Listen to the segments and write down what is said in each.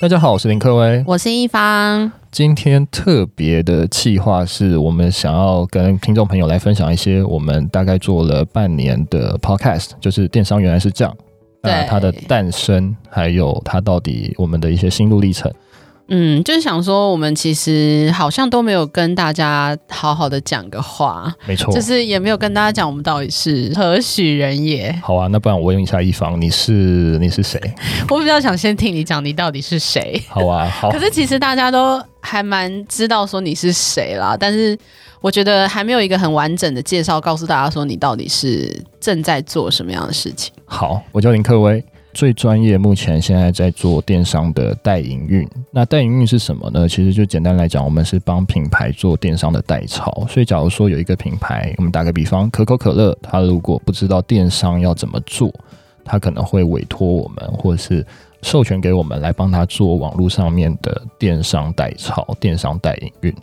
大家好，我是林克威。我是一方，今天特别的企划是我们想要跟听众朋友来分享一些我们大概做了半年的 podcast，就是电商原来是这样，那对它的诞生，还有它到底我们的一些心路历程。嗯，就是想说，我们其实好像都没有跟大家好好的讲个话，没错，就是也没有跟大家讲我们到底是何许人也。 好啊，那不然我问一下一方，你是你是谁？我比较想先听你讲你到底是谁，好啊，好 可，是其实大家都还蛮知道说你是谁啦，但是我觉得还没有一个很完整的介绍告诉大家说你到底是正在做什么样的事情。好，我叫林克威，最专业，目前现在在做电商的代营运。那代营运是什么呢？其实就简单来讲，我们是帮品牌做电商的代操。所以，假如说有一个品牌，我们打个比方，可口可乐，它如果不知道电商要怎么做，它可能会委托我们，或者是授权给我们来帮他做网络上面的电商代操、电商代营运。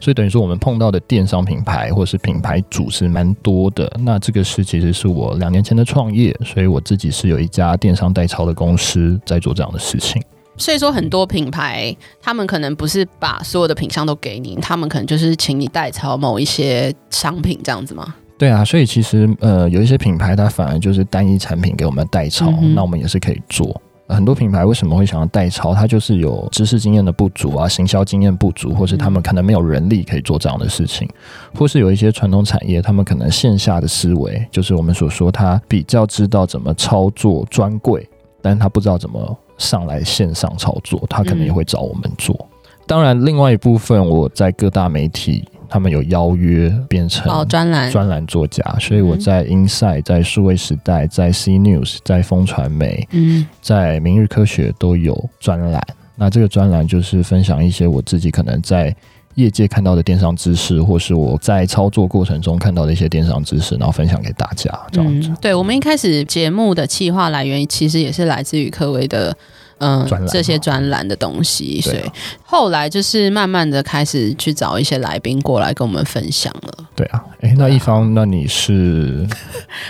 所以等于说，我们碰到的电商品牌或是品牌主是蛮多的。那这个是其实是我两年前的创业，所以我自己是有一家电商代操的公司在做这样的事情。所以说，很多品牌他们可能不是把所有的品相都给你，他们可能就是请你代操某一些商品这样子吗？对啊，所以其实呃，有一些品牌它反而就是单一产品给我们代操，嗯哼那我们也是可以做。很多品牌为什么会想要代操？它就是有知识经验的不足啊，行销经验不嗯足，或是他们可能没有人力可以做这样的事情，或是有一些传统产业，他们可能线下的思维，就是我们所说，他比较知道怎么操作专柜，但是他不知道怎么上来线上操作，他可能也会找我们做。当然，另外一部分我在各大媒体。他们有邀约变成哦，专栏，专栏作家，所以我在 Inside、在数位时代、在 C News、在风传媒、嗯，在明日科学都有专栏。那这个专栏就是分享一些我自己可能在业界看到的电商知识，或是我在操作过程中看到的一些电商知识，然后分享给大家这样子。嗯，对，我们一开始节目的企划来源其实也是来自于科威的。嗯专栏，这些专栏的东西，所对以啊后来就是慢慢的开始去找一些来宾过来跟我们分享了。对啊，诶，那一方，那你是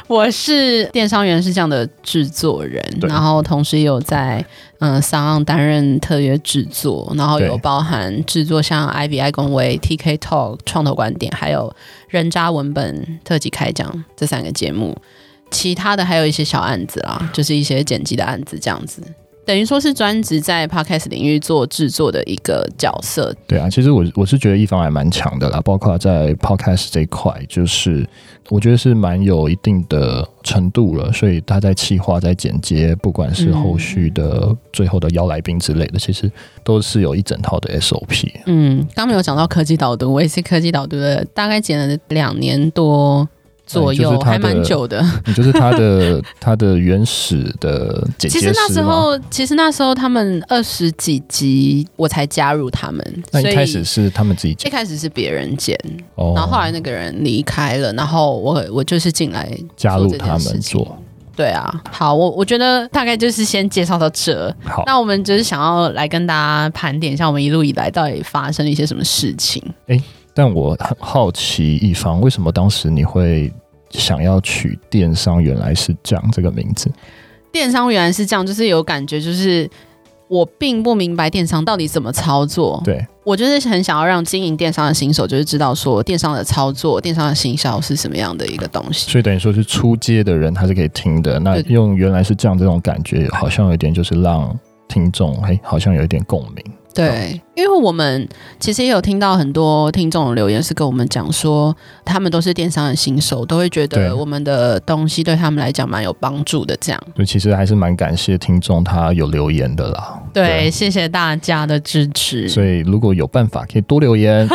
我是电商员是这样的制作人，对然后同时也有在嗯商岸担任特约制作，然后有对包含制作像 IVI 公维、TK Talk、创投观点，还有人渣文本特辑开讲这三个节目。其他的还有一些小案子啦，就是一些剪辑的案子这样子，等于说是专职在 podcast 领域做制作的一个角色。对啊，其实我我是觉得一方还蛮强的啦，包括在 podcast 这一块，就是我觉得是蛮有一定的程度了，所以他在企划、在剪接，不管是后续的、嗯最后的邀来宾之类的，其实都是有一整套的 SOP。嗯，刚没有讲到科技导读，我也是科技导读的，大概剪了两年多左哎右，就是他的还蛮久的。你就是他 的他的原始的剪接其师实那时吗，候，其实那时候他们二十几集，我才加入他们，那所一以开始是他们自己一剪，开始是别人剪，哦然后后来那个人离开了，然后我我就是进来加入他做这们件事情做。对啊，好，我我觉得大概就是先介绍到这。好，那我们就是想要来跟大家盘点一下，我们一路以来到底发生了一些什么事情。但我很好奇一方，为什么当时你会想要取“电商原来是这样”这个名字？电商原来是这样，就是有感觉，就是我并不明白电商到底怎么操作。对，我就是很想要让经营电商的新手，就是知道说电商的操作、电商的行销是什么样的一个东西。所以等于说是出街的人他是可以听的。那对用原来是这样这种感觉，好像有一点就是让听众嘿，好像有一点共鸣。对，因为我们其实也有听到很多听众的留言是跟我们讲说，他们都是电商的新手，都会觉对得我们的东西对他们来讲蛮有帮助的。这样，所以其实还是蛮感谢听众他有留言的啦。对，谢谢大家的支持。所以如果有办法，可以多留 言、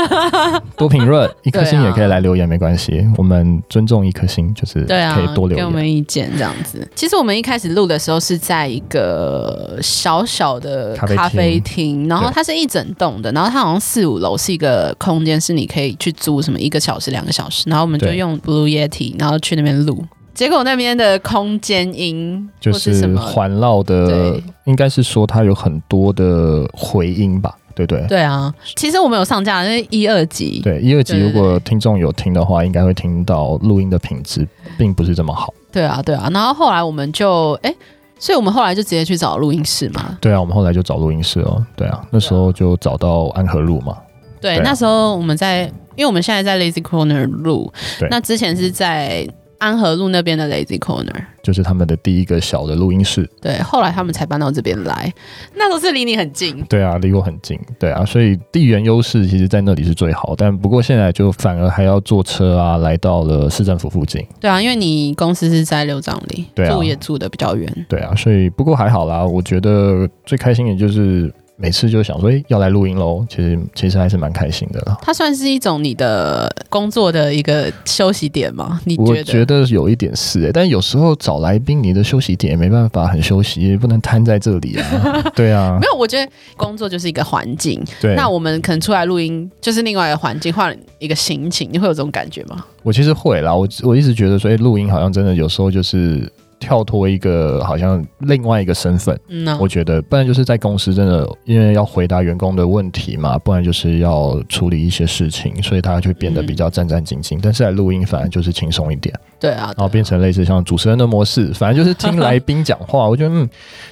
多评论，一颗星对啊也可以来留言，没关系。我们尊重一颗星，就是对啊，可以多留给我言。们意见这样子。其实我们一开始录的时候是在一个小小的咖啡咖啡厅厅，然后对它是一整栋的，然后它好像四五楼是一个空间，是你可以去租什么一个小时、两个小时，然后我们就对用 Blue Yeti，然后去那边录。结果那边的空间音就或是什是么，环绕的对，应该是说它有很多的回音吧，对不对？对啊，其实我们有上架，那是一二集，对，一二集对对如果听众有听的话，应该会听到录音的品质并不是这么好。对啊，对啊。然后后来我们就哎。所以我们后来就直接去找录音室嘛。对啊，我们后来就找录音室哦。对啊，那时候就找到安和路嘛。对，对啊那时候我们在，因为我们现在在 Lazy Corner 录对，那之前是在安和路那边的 Lazy Corner。就是他们的第一个小的录音室。对，后来他们才搬到这边来，那都是离你很近。对啊，离我很近。对啊，所以地缘优势其实在那里是最好，但不过现在就反而还要坐车啊，来到了市政府附近。对啊，因为你公司是在六张里，对啊住也住的比较远。对啊，所以不过还好啦，我觉得最开心的就是每次就想说，诶，要来录音喽。其实其实还是蛮开心的啦。它算是一种你的工作的一个休息点吗？你我得？觉得有一点是、欸诶，但有时候找来宾，你的休息点也没办法很休息，也不能瘫在这里啊。 对啊没，有，我觉得工作就是一个环境。对。那我们可能出来录音，就是另外一个环境，换一个心情，你会有这种感觉吗？我其实会啦，我我一直觉得说，哎、录音好像真的有时候就是跳脱一个好像另外一个身份。嗯呢、我觉得，不然就是在公司真的因为要回答员工的问题嘛，不然就是要处理一些事情，所以大家就变得比较战战兢兢。但是来录音反而就是轻松一点，对啊，然后变成类似像主持人的模式，反正就是听来宾讲 话。我觉得，嗯，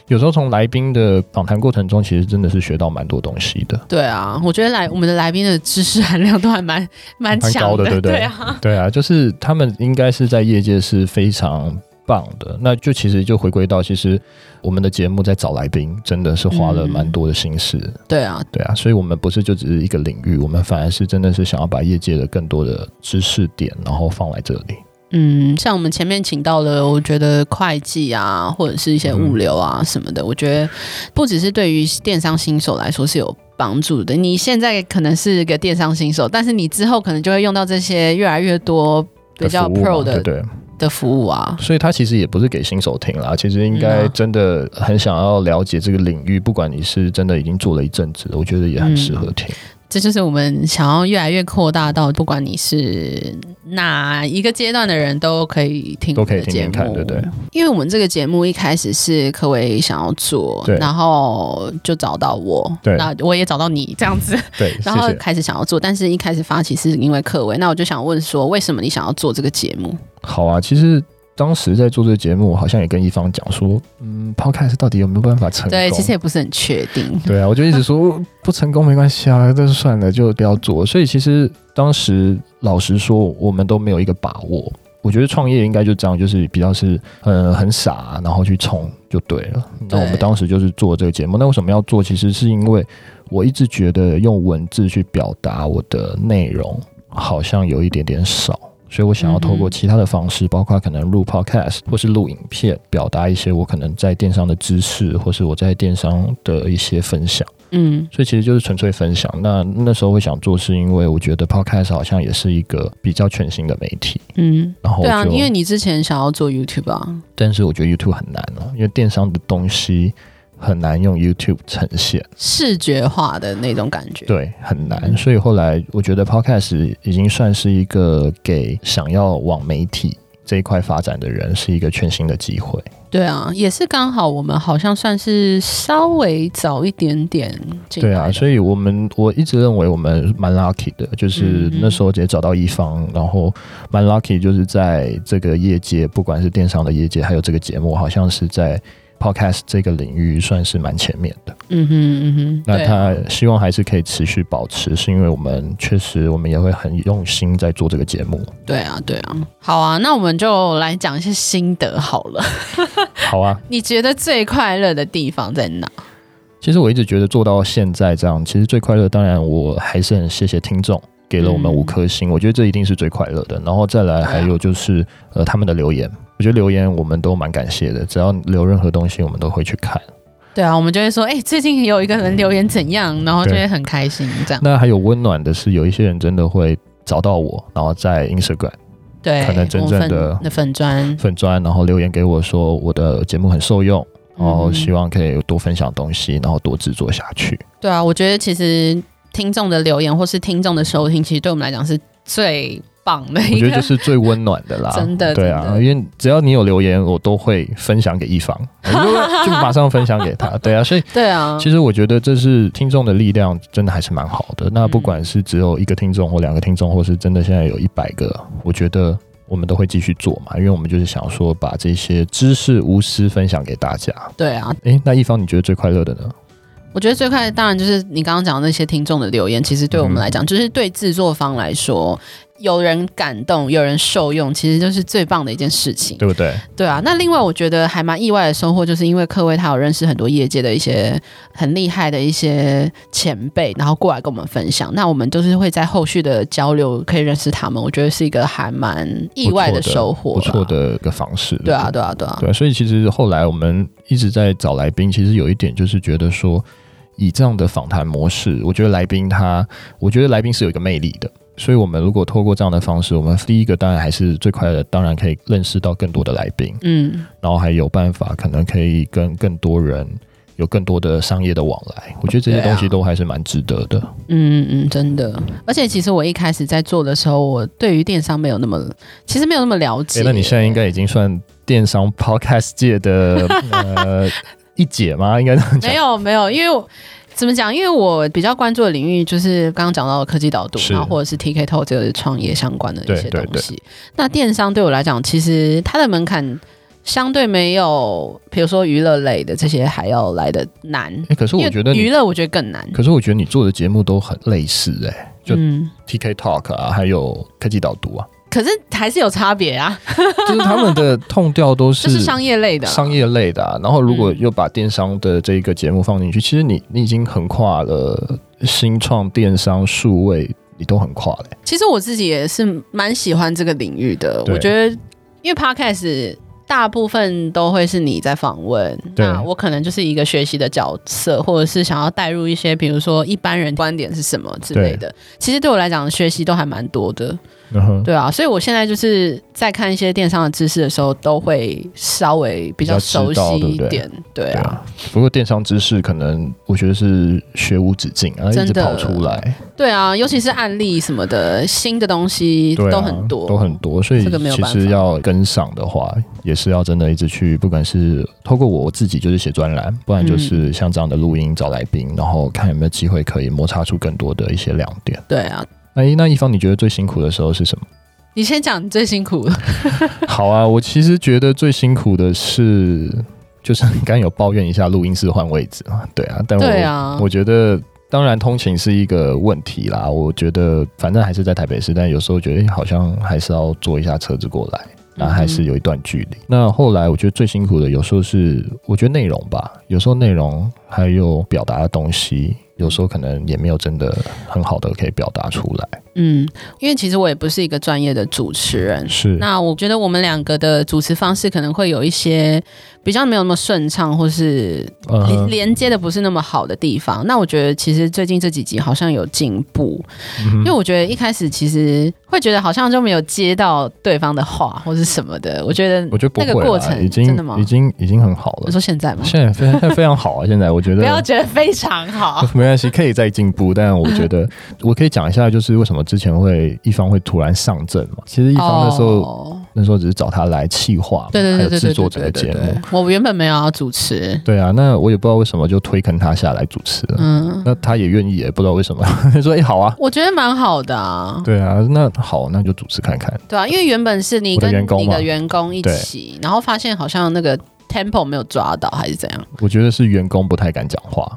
有时候从来宾的访谈过程中，其实真的是学到蛮多东西的。对啊，我觉得来我们的来宾的知识含量都 还蛮蛮蛮强高的对不对对啊，对啊，就是他们应该是在业界是非常棒的。那就其实就回归到，其实我们的节目在找来宾，真的是花了蛮多的心思。对啊，对啊，所以我们不是就只是一个领域，我们反而是真的是想要把业界的更多的知识点，然后放来这里。嗯，像我们前面请到的，我觉得会计啊，或者是一些物嗯流啊什么的，我觉得不只是对于电商新手来说是有帮助的。你现在可能是个电商新手，但是你之后可能就会用到这些越来越多比的较服务嘛 pro 对的不对，的服务啊。所以它其实也不是给新手听啦，其实应该嗯啊真的很想要了解这个领域，不管你是真的已经做了一阵子了，我觉得也很适嗯合 听。这就是我们想要越来越扩大到，不管你是哪一个阶段的人都可以听都可以我们的听听看节目对不对？因为我们这个节目一开始是柯维想要做对，然后就找到我，对那我也找到你这样子，对，谢然后谢。开始想要做，但是一开始发起是因为柯维，那我就想问说，为什么你想要做这个节目？好啊，其实。当时在做这个节目，我好像也跟一方讲说，嗯，Podcast 到底有没有办法成功？对，其实也不是很确 定。对啊，我就一直说不成功没关系啊，但是算了，就不要做。所以其实当时老实说，我们都没有一个把握。我觉得创业应该就这样，就是比较是呃很傻，然后去冲就对了。那对我们当时就是做这个节目，那为什么要做？其实是因为我一直觉得用文字去表达我的内容好像有一点点少，所以我想要透过嗯哼其他的方式，包括可能录 podcast 或是录影片，表达一些我可能在电商的知识，或是我在电商的一些分享。嗯，所以其实就是纯粹分享。那那时候会想做，是因为我觉得 podcast 好像也是一个比较全新的媒体，嗯，然后对啊，就因为你之前想要做 YouTube 啊，但是我觉得 YouTube 很难哦，因为电商的东西很难用 YouTube 呈现，视觉化的那种感觉。对，很难。所以后来我觉得 podcast 已经算是一个给想要往媒体这一块发展的人是一个全新的机会。对啊，也是刚好我们好像算是稍微早一点点进来对的。啊，所以我们我一直认为我们蛮 lucky 的，就是嗯嗯那时候直接找到一方，然后蛮 lucky，就是在这个业界，不管是电商的业界，还有这个节目，好像是在 podcast 这个领域算是蛮前面的。嗯哼嗯哼，那对啊他希望还是可以持续保持，是因为我们确实我们也会很用心在做这个节目。对啊对啊，好啊，那我们就来讲一些心得好了。 好啊，你觉得最快乐的地方在哪？其实我一直觉得做到现在这样，其实最快乐，当然我还是很谢谢听众给了我们嗯五颗星，我觉得这一定是最快乐的。然后再来对啊还有就是、呃他们的留言，我觉得留言我们都蛮感谢的，只要留任何东西我们都会去看。对啊，我们就会说，哎、最近有一个人留言怎样，然后就对会很开心这样。那还有温暖的是，有一些人真的会找到我，然后在 Instagram 对，可能真正的我们粉那粉砖，粉砖，然后留言给我说我的节目很受用，然后嗯哦希望可以多分享东西，然后多制作下去。对啊，我觉得其实听众的留言或是听众的收听，其实对我们来讲是最棒的我一觉得这个。是最温暖的啦， 真的对啊真，的因为只要你有留言，我都会分享给一 方，我就就马上分享给他，对啊，所以对啊，其实我觉得这是听众的力量，真的还是蛮好的。那嗯不管是只有一个听众或两个听众，或是真的现在有一百个，我觉得我们都会继续做嘛，因为我们就是想说把这些知识无私分享给大家。对啊，诶，那一方你觉得最快乐的呢？我觉得最快当然就是你刚刚讲的那些听众的留言，其实对我嗯们来讲，就是对制作方来说，有人感动，有人受用，其实就是最棒的一件事情。对不对？对啊，那另外我觉得还蛮意外的收获，就是因为科威他有认识很多业界的一些很厉害的一些前辈，然后过来跟我们分享。那我们就是会在后续的交流可以认识他们，我觉得是一个还蛮意外的收获不啦错。的一个方式。对啊，对啊，对啊，对，所以其实后来我们一直在找来宾，其实有一点就是觉得说，以这样的访谈模式，我觉得来宾他，我觉得来宾是有一个魅力的。所以，我们如果透过这样的方式，我们第一个当然还是最快的，当然可以认识到更多的来宾，嗯，然后还有办法可能可以跟更多人有更多的商业的往来。我觉得这些对啊东西都还是蛮值得的。嗯嗯，真的。而且其实我一开始在做的时候，我对于电商没有那么，其实没有那么了解。诶哎那你现在应该已经算电商 podcast 界的呃一姐吗？应该这样讲没。有没有，因为我怎么讲？因为我比较关注的领域就是刚刚讲到的科技导读，是然后或者是 TK Talk 这个创业相关的一些对对东西。那电商对我来讲，其实它的门槛相对没有，比如说娱乐类的这些还要来的难。诶可是因我为觉得你娱乐我觉得更难。可是我觉得你做的节目都很类似哎、就嗯， t k Talk 啊，还有科技导读啊， 可是还是有差别啊，就是他们的痛调都这是是商业类的啦。啊嗯商业类的、啊。然后如果又把电商的这个节目放进去，其实你你已经横跨了新创、电商、数位，你都很跨欸嘞、其实我自己也是蛮喜欢这个领域的。对我觉得，因为 podcast 大部分都会是你在访问，对那我可能就是一个学习的角色，或者是想要带入一些，比如说一般人观点是什么之类的。其实对我来讲，学习都还蛮多的，嗯哼，对啊。所以我现在就是在看一些电商的知识的时候，都会稍微比较比较熟知道悉对不一对点，对啊。。不过电商知识可能我觉得是学无止境啊，一真直的跑出来，对啊，尤其是案例什么的，新的东西对啊、都很多，都很多。所以这个没有其办法实要跟上的话，也是要真的一直去，不管是透过我自己就是写专栏，不然就是像这样的录音找来宾，然后看有没有机会可以摩擦出更多的一些亮点。对啊。哎，那一方你觉得最辛苦的时候是什 么？你先讲你最辛苦的，好啊，我其实觉得最辛苦的是，就是 刚刚有抱怨一下录音室换位置嘛，对啊，但我对啊，我觉得，当然通勤是一个问题啦。我觉得反正还是在台北市，但有时候觉得诶哎好像还是要坐一下车子过来，那还是有一段距离。那后来我觉得最辛苦的，有时候是我觉得内容吧，有时候内容还有表达的东西。有时候可能也没有真的很好的可以表达出来，嗯，因为其实我也不是一个专业的主持人。是那我觉得我们两个的主持方式可能会有一些比较没有那么顺畅，或是嗯连哼连接的不是那么好的地方。那我觉得其实最近这几集好像有进步，嗯因为我觉得一开始其实会觉得好像就没有接到对方的话或是什么的。我觉得我觉得不那会个啦过程已经真的吗已经已经很好我了，说现在吗？现在非现在非常好啊！现在我觉不得要觉得非常好 ，没关系，可以再进步。但我觉得我可以讲一下，就是为什么之前会一方会突然上阵嘛？其实一方那时候、哦那时候只是找他来气化嘛，对对还有对对制对作对整个对节对目对。，我原本没有要主持，对啊，那我也不知道为什么就推坑他下来主持了。嗯，那他也愿意，也不知道为什么， 他说：“哎、好啊，我觉得蛮好的啊，对啊，那好，那就主持看看。对啊，因为原本是你我的跟员工你嘛的员工一起，然后发现好像那个 tempo 没有抓到，还是怎样？”我觉得是员工不太敢讲话，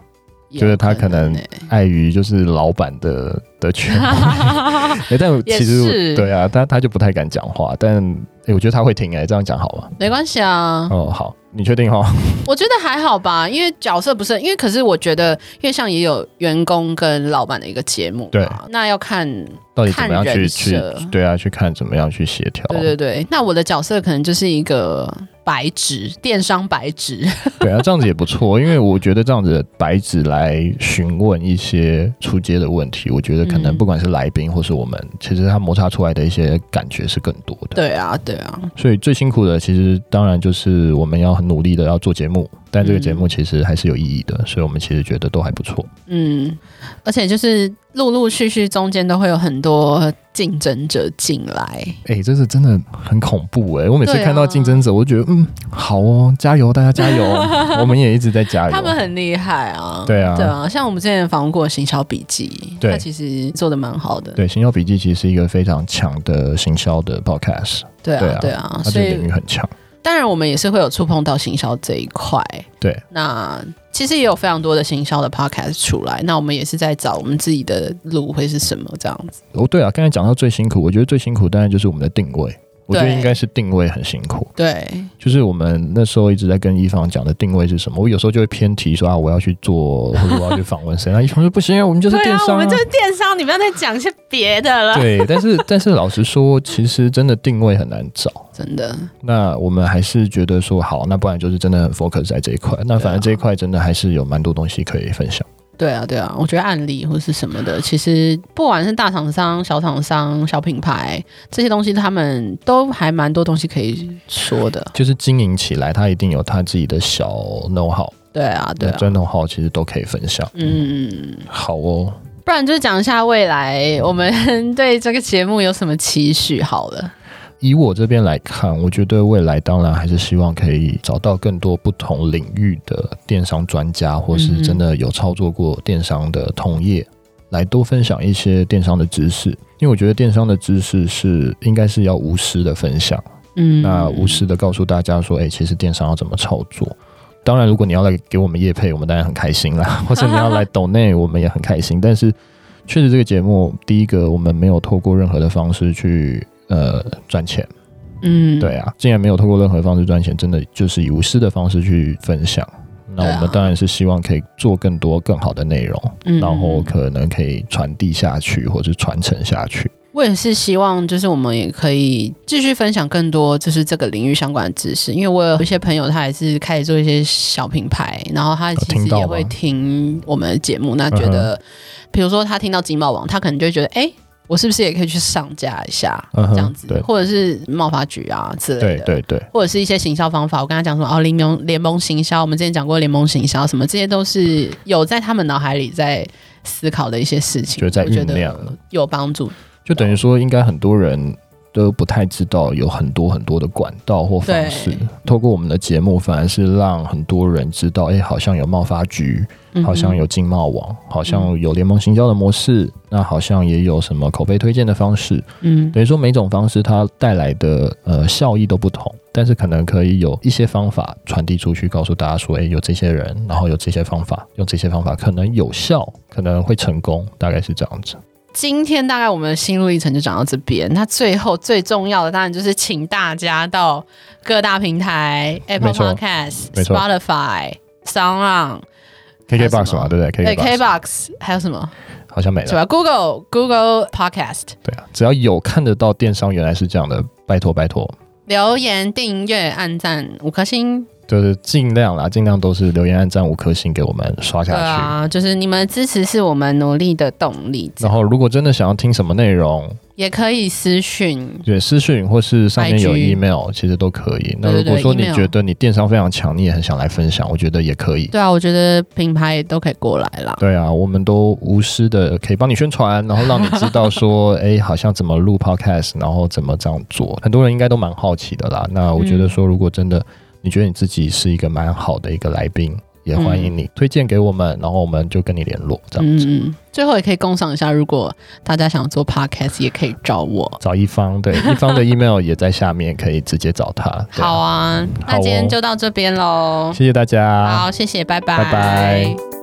就是他可能有欸碍于就是老板的的权威。哎但也其实我是对啊，他他就不太敢讲话，但哎、我觉得他会听哎、这样讲好吗？没关系啊，哦，好，你确定哈？我觉得还好吧，因为角色不是，因为可是我觉得，因为像也有员工跟老板的一个节目嘛，对那要看，到底怎么样看去人去设对啊，去看怎么样去协调。对对对，那我的角色可能就是一个白纸，电商白纸， 对啊，这样子也不错，因为我觉得这样子白纸来询问一些出街的问题，我觉得可能嗯不管是来宾或是我们，其实他摩擦出来的一些感觉是更多的。对啊，对啊，所以最辛苦的，其实当然就是我们要很努力的要做节目，但这个节目其实还是有意义的，所以我们其实觉得都还不错。嗯，而且就是陆陆续续中间都会有很多竞争者进来，哎、这是真的很恐怖哎、我每次对啊看到竞争者，我就觉得嗯，好哦，加油，大家加 油，我们也一直在加油。他们很厉害啊。哎对啊对啊，像我们之前访问过《行销笔记》，对他其实做的蛮好的。对，行销笔记其实是一个非常强的行销的 podcast，对对啊啊，对啊，它这所个以领域很强。当然我们也是会有触碰到行销这一块。对，那其实也有非常多的行销的 podcast 出来，那我们也是在找我们自己的路会是什么这样子。哦，对啊，刚才讲到最辛苦，我觉得最辛苦当然就是我们的定位，我觉得对应该是定位很辛苦。对，就是我们那时候一直在跟一方讲的定位是什么，我有时候就会偏题说啊，我要去做或者我要去访问谁，那一方说不行，我们就是对电啊，我商、们就是电商，你不要再讲些别的了。对，但是但是老实说，其实真的定位很难找。真的，那我们还是觉得说好，那不然就是真的很 focus 在这一块。那啊反正这一块真的还是有蛮多东西可以分享。对啊，对啊，我觉得案例或是什么的，其实不管是大厂商、小厂商、小品牌这些东西，他们都还蛮多东西可以说的。就是经营起来，它一定有它自己的小 know how，对啊，对啊，专 know how 其实都可以分享。嗯，好哦，不然就讲一下未来我们对这个节目有什么期许好了。以我这边来看，我觉得未来当然还是希望可以找到更多不同领域的电商专家，或是真的有操作过电商的同业，来多分享一些电商的知识。因为我觉得电商的知识是应该是要无私的分享，嗯，那无私的告诉大家说，哎、其实电商要怎么操作。当然，如果你要来给我们业配，我们当然很开心啦；或者你要来抖内，我们也很开心。但是，确实这个节目，第一个我们没有透过任何的方式去呃赚钱，嗯，对啊，竟然没有透过任何方式赚钱，真的就是以无私的方式去分享。那对啊我们当然是希望可以做更多更好的内容，嗯，然后可能可以传递下去，或是传承下去。我也是希望，就是我们也可以继续分享更多，就是这个领域相关的知识。因为我有一些朋友，他也是开始做一些小品牌，然后他其听实到吗也会听我们的节目，那觉嗯得，比如说他听到金茂网，他可能就会觉得，哎、我是不是也可以去上架一下、嗯哼这样子对，或者是贸发局啊之类的。对对对，或者是一些行销方法，我跟他讲说哦，联盟联盟行销，我们之前讲过联盟行销，什么这些都是有在他们脑海里在思考的一些事情，就在我觉酝酿得有帮助。就等于说，应该很多人都不太知道有很多很多的管道或方式对，透过我们的节目，反而是让很多人知道，哎、好像有贸发局，嗯哼嗯好像有经贸网，好像有联盟行销的模式，那好像也有什么口碑推荐的方式。嗯，等于说每种方式它带来的呃效益都不同，但是可能可以有一些方法传递出去，告诉大家说，诶，有这些人，然后有这些方法，用这些方法可能有效，可能会成功，大概是这样子。今天大概我们的心路历程就讲到这边。那最后最重要的当然就是请大家到各大平台没，Apple 错 Podcast、没错 Spotify、Sound On、 KKBox 什么嘛，对不对对？KKBox KBox，还有什么？好像没什了。么 Google Google Podcast 对啊，只要有看得到电商原来是这样的，拜托拜托，留言、订阅、按赞五颗星。就是尽量啦，尽量都是留言、按赞五颗星给我们刷下对去。啊，就是你们的支持是我们努力的动力。然后，如果真的想要听什么内容，也可以私讯，对私讯或是上面有 IG email，其实都可以。那对对如果对说你 email 觉得你电商非常强，你也很想来分享，我觉得也可以。对啊，我觉得品牌也都可以过来啦。对啊，我们都无私的可以帮你宣传，然后让你知道 说，哎，好像怎么录 podcast，然后怎么这样做，很多人应该都蛮好奇的啦。那我觉得说，如果真的你觉得你自己是一个蛮好的一个来宾，也欢迎你推荐给我们，然后我们就跟你联络，这样子。嗯，最后也可以共赏一下，如果大家想做 podcast，也可以找我。找一方，对一方 的 email 也在下面，可以直接找他。对啊好，啊，那好今天哦就到这边喽。谢谢大家，啊好，谢谢，拜拜，拜拜